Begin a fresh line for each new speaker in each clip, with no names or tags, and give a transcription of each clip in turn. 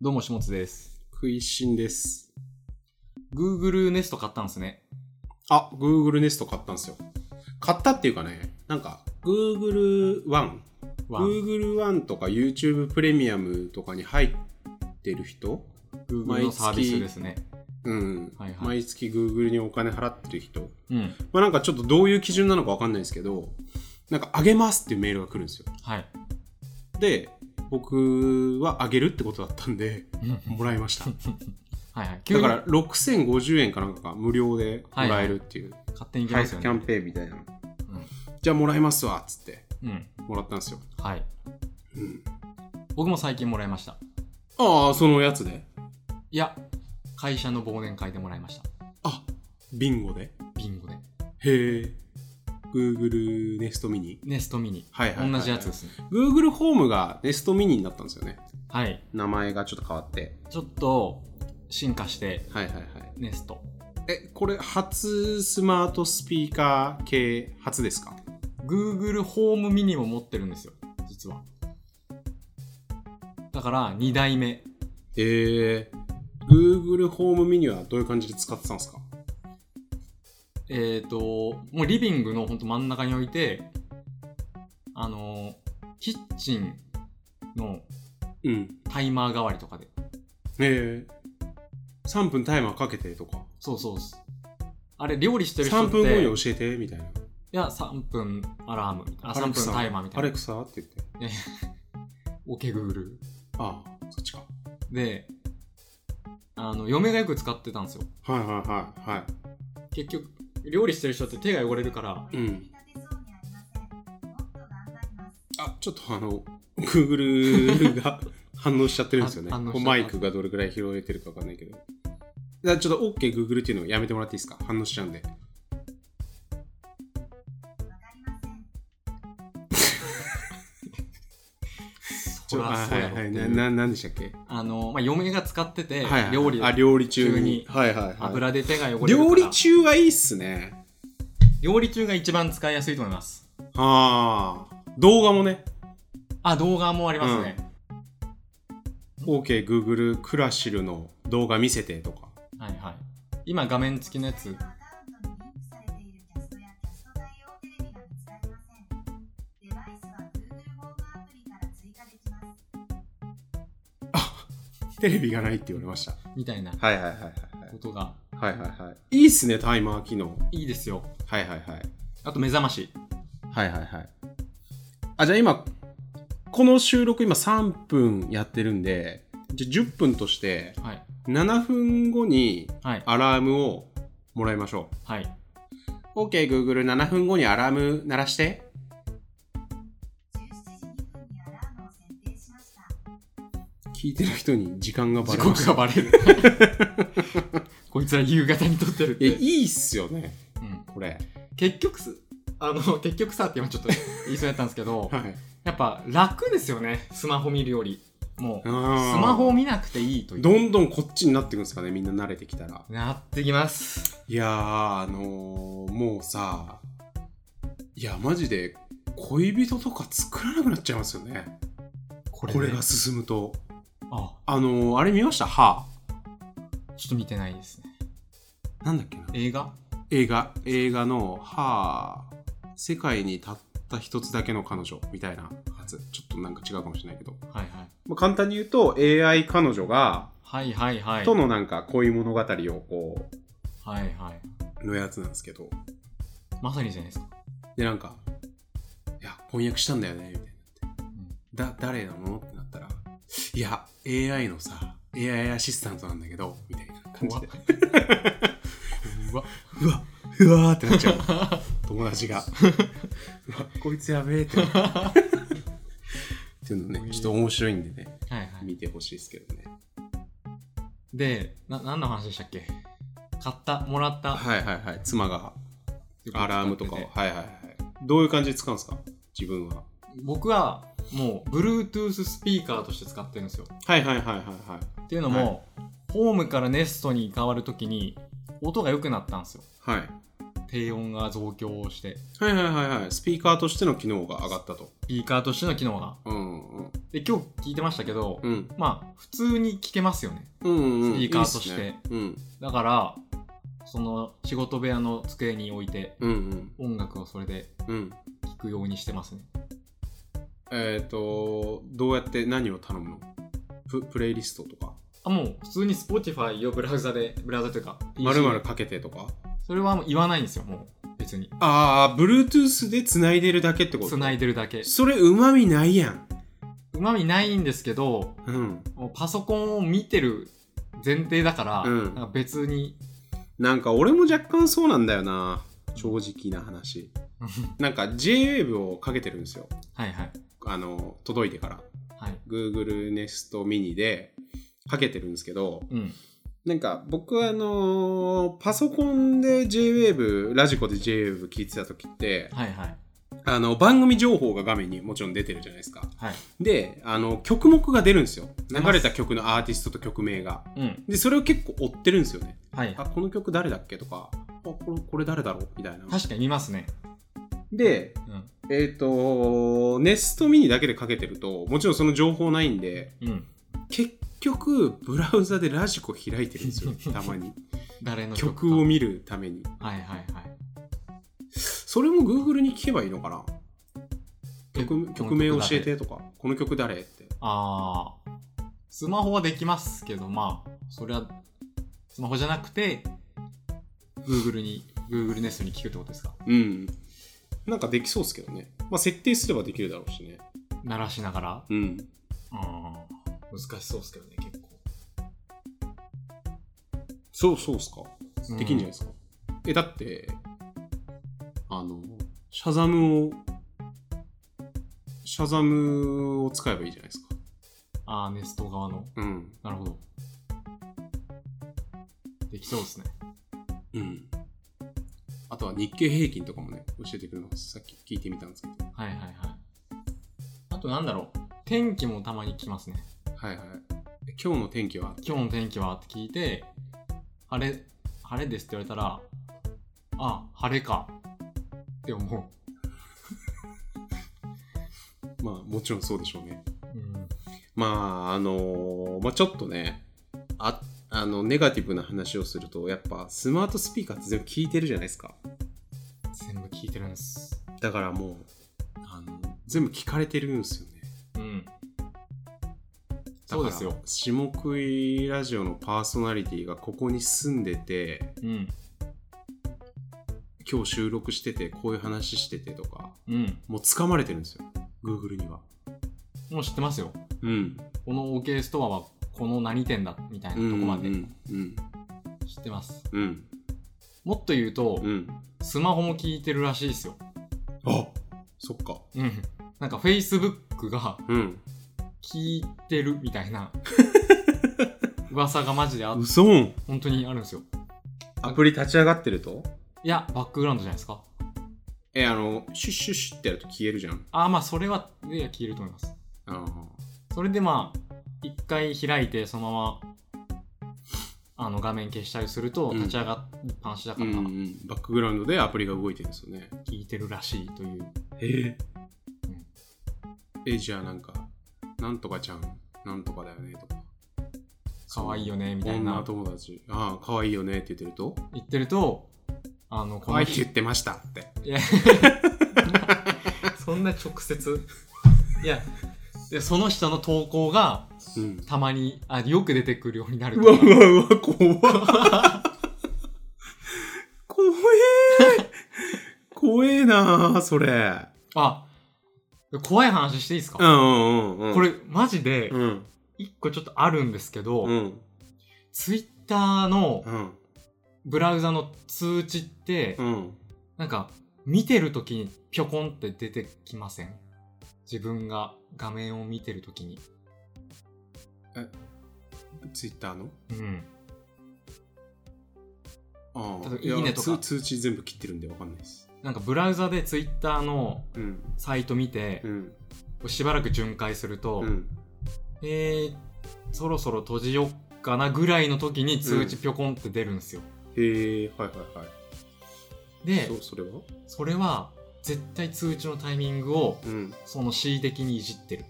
どうも、しもつです。
食いしんです。
Google Nest 買ったんですね。
あ、Google Nest 買ったんですよ。買ったっていうかね、なんか Google One、
ワン
Google One とか YouTube プレミアムとかに入ってる人、
Google のサービスですね。
うん、
はいはい
毎月 Google にお金払ってる人、
うん。
まあなんかちょっとどういう基準なのかわかんないですけど、なんかあげますっていうメールが来るんですよ。
はい。
で、僕はあげるってことだったんで、
うん
もらいました。
はいはい。
だから6050円かなんかが無料でもらえるっていう、
急に勝手に行きますよ
キャン
ね。
ペーンみたいな。じゃあもらいますわっつって
うん。うん。
もらったんですよ。
はい。
うん、
僕も最近もらいました。
ああ、そのやつで
いや、会社の忘年会でもらいました。
あビンゴで
ビンゴで。
へえ。Google Nest Mini。
Nest Mini。
はいはいはい
同じやつですね。
Google ホームが Nest Mini になったんですよね。
はい。
名前がちょっと変わって。
ちょっと、進化して、
はいはいはい。
Nest。
え、これ初スマートスピーカー系初ですか
Google ホームミニも持ってるんですよ。実は。だから、2代目。
ええ。Google ホームミニはどういう感じで使ってたんですか
えっ、と、もうリビングのほんと真ん中に置いて、あのーキッチンの
うん。
タイマー代わりとかで。
ええ。3分タイマーかけてとか。
そうそうっす。あれ、料理してる人
3
って。
分後
い
に教えてみたいな。
や、3分アラーム。あ、
アレ
3
クサ
分タイマーみた
ア
い
レ
な
ク。サって言って。
オケグール。
ああ、そっちか。
で、あの、嫁がよく使ってたんですよ。
はいはいはいは
結局、料理してる人って手が汚れるから、
い。うん。あ、ちょっとあの、Google が 反応しちゃってるんですよね。
あ反応しちゃった
こうマイクがどれくらい拾えてるかわかんないけど。じゃあちょっと OKGoogle っていうのをやめてもらっていいですか反応しちゃうんで。
そらそうやろって
はいはい
いう
はい。な、ななんでしたっけ、
あの、まあ、嫁が使ってて、
はいはい
料理
あ、、料理中
中
に
に。
はいはいはい。
油で手が汚れるから。
料理中はいいっすね。
料理中が一番使いやすいと思います
ああ。動画もね、
あ動画もありますね、
OKGoogle クラシルの動画見せてとか。
はいはい今画面付きのやつ
テレビがないって言われました。
みたいな
はいはいはいはい。
ことが
はいはいはい。いいっすね、タイマー機能。
いいですよ
はいはいはい。
あと目覚まし
はいはいはい。あ、じゃあ今、この収録今3分やってるんで、じゃあ10分として、
はい
7分後に
はい
アラームをもらいましょ
はい
う。OK、Google、7分後にアラーム鳴らして。聞いてる人に時間がバ
時
レま
刻
す。
がバレる こいつら夕方に撮ってるっ
いや、
て
い、いっすよね、
うん、
これ。
結局すあの 結局さって今ちょっと言いそうやったんですけど
はい。
やっぱ楽ですよねスマホ見るよりもう
ス
スマホを見なくていいという
どんどんこっちになってくんですかね、みんな慣れてきたら。
なってきます
いやー、あのーもうさ、いや、マジで恋人とか作らなくなっちゃいますよね。
こ
こ
ね
れが進むと。
あ
あのーあれ見ましたは
ちょっと見てないですね
なんだっけな
映画
映画。映画の、はあ世界にたった一つだけの彼女みたいなやつ。ちょっとなんか違うかもしれないけど。
はいはい
まあ、簡単に言うと、AI 彼女が、
はいはいはい。
とのなんか恋物語をこ
はいはい。
う、のやつなんですけど。
まさにじゃないですか。
で、なんか、いや、翻訳したんだよね、みたいな。
うん
だ誰なのってなったら「いや AI のさ AI アシスタントなんだけど」みたいな感じで
怖っ
うわうわーってなっちゃう友達が「うわこいつやべえ」ってなるっていうのねちょっと面白いんでね
はいはい。
見てほしいですけどね
で、な、何の話でしたっけ買った、もらった。
はいはいはい妻がアラームとかを
使って
はいはいはいどういう感じで使うんですか自分は
て僕は、もう、Bluetooth スピーカーとして使ってるんですよ。
はいはいはいはいはい
っていうのも、ホームから Nest に変わるときに、音が良くなったんですよ。
はい
低音が増強をして、
はいはいはいはい。スピーカーとしての機能が上がったと。
スピーカーとしての機能が。
うんうん
で、今日聞いてましたけど、
うん。
まあ、普通に聞けますよね。
うんうんうん。
スピーカーとして
いいっすねうん
だから、その仕事部屋の机に置いて、
うん
音楽をそれで
うん。うん。
聞くようにしてますね。
えっ、と、どうやって何を頼むのププレイリストとか。
あ、もう普通に Spotify をブラウザで、ブラウザというか、
まるまるかけてとか。
それはもう言わないんですよ、もう。別に。
ああ、Bluetooth で繋いでるだけってこと
繋いでるだけ。
それうまみないやん。
うまみないんですけど、
うん。
もうパソコンを見てる前提だから、
うん
なんか別に、
なんか俺も若干そうなんだよな。正直な話。なんか JWave をかけてるんですよ。
はいはい。
あの、届いてから。
はい。
Google Nest Mini でかけてるんですけど、
うん。
なんか僕はあのーパソコンで JWave、ラジコで JWave 聞いてた時って、
はいはい。
あの、番組情報が画面にもちろん出てるじゃないですか。
はい。
で、あの、曲目が出るんですよ。
出
流
ます
れた曲のアーティストと曲名が。
うん。
で、それを結構追ってるんですよね。
はい
あ、。この曲誰だっけとか、あ、これこれ誰だろうみたいな。
確かに見ますね。
で、
うん。
えっ、と、ネストミニだけでかけてると、もちろんその情報ないんで、
うん。
結局、ブラウザでラジコ開いてるんで すよ、たまに。
誰の
曲を見るために。
はいはいはい。
それも Google に聞けばいいのかな曲曲名教え
この曲だけ。
てとか、この曲誰って。
ああ。スマホはできますけど、まあ、それは、スマホじゃなくて、Google に、Google Nest に聞くってことですか。
うん。なんかできそうですけどね。まあ、設定すればできるだろうしね。
鳴らしながら。
うん。
うん。難しそうですけどね、結構。
そう、そうっすか。できんじゃない
い
ですか。え、だって、あの、シャザムを、シャザムを使えばいいじゃないですか。
ああ、ネスト側の。
うん。
なるほど。できそうですね。
うん。あとは日経平均とかもね、教えてくれます。さっき聞いてみたんですけど。
はいはいはい。あとなんだろう。天気もたまに聞きますね。
はいはい。え今日の天気は
今日の天気はって聞いて、晴れ、晴れですって言われたら、あ、晴れか。って思
まあ、もちろんそうでしょうね。
う。うん。
まあ、あのーまあちょっとね、あ、あの、ネガティブな話をすると、やっぱスマートスピーカーって全部聞いてるじゃないですか。
全部聞いてるんです。
だからもう、あの、全部聞かれてるんですよね。
うん。
だ
そ
か
う
ら
ですよ。。
下食いラジオのパーソナリティがここに住んでて、
うん。
今日収録してて、こういう話しててとか、
うん。
もう掴まれてるんですよ。Google には。
もう知ってますよ。
うん。
この OK ストアはこの何店だみたいなとこまで
うん。うん。
知ってます。
うん。
もっと言うと、
うん。
スマホも聞いてるらしいですよ。
あそっか。
うん。なんか Facebook が
うん。
聞いてるみたい な噂がマジであっ
嘘ん。
本当にあるんですよ。
アプリ立ち上がってると
いや、バックグラウンドじゃないですか。
え、あの、シュッシュッシュッってやると消えるじゃん。
ああ、まあ、それは、いや、消えると思います。
あ
それでまあ、一回開いて、そのまま、あの、画面消したりすると、
うん
立ち上がりっぱなしだ
う
から、
ん、
聞
うん。バックグラウンドでアプリが動いてるんですよね。
いてるらしいという。
え
うん
え、じゃあなんか、なんとかちゃん、なんとかだよねとか。
かわいいよね、みたい
女
な。
友達、ああ、可愛いよねって言ってると、
言ってると、あの、こ
可
の
愛いって言ってましたって。
いや、そんな直接。いや、でその人の投稿が、
うん。
たまに、あ、よく出てくるようになる
う
と
わ
か
うわうわ、怖っ怖え怖えなあそれ。
あ、怖い話していいですか、
うんうんうんうん。
これ、マジで、
うん。
一個ちょっとあるんですけど、
うん。
ツイッターの
うん。
ブラウザの通知って、
うん。
なんか見てる時にピョコンって出てきません自分が画面を見てる時に。
ツイッターの
うん。
あ
た
あ
だ。いいねとか
や通通知全部切ってるんでわかんないです。
なんかブラウザでツイッターの
うん。
サイト見て
う、ん。
しばらく巡回すると、
うん。
えー、そろそろ閉じよっかなぐらいの時に通知ピョコンって出るんですよ。
へえ、はいはいはい。
で
そうそれは
それは絶対通知のタイミングを
うん
その恣意的にいじってる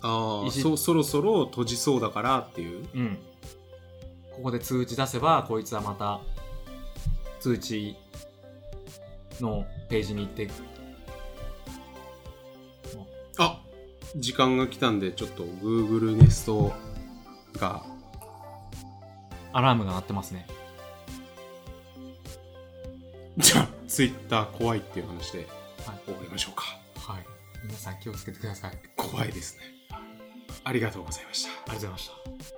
ああ
いじ
そそろそろ閉じそうだからっていう
うんここで通知出せばこいつはまた通知のページに行って
あ時間が来たんでちょっと Google ネストが
アラームが鳴ってますね
じゃあ Twitter 怖いっていう話で
はい
終わりましょうか
はい皆さん気をつけてくださいありが
怖いですねありがとうございました
とうございました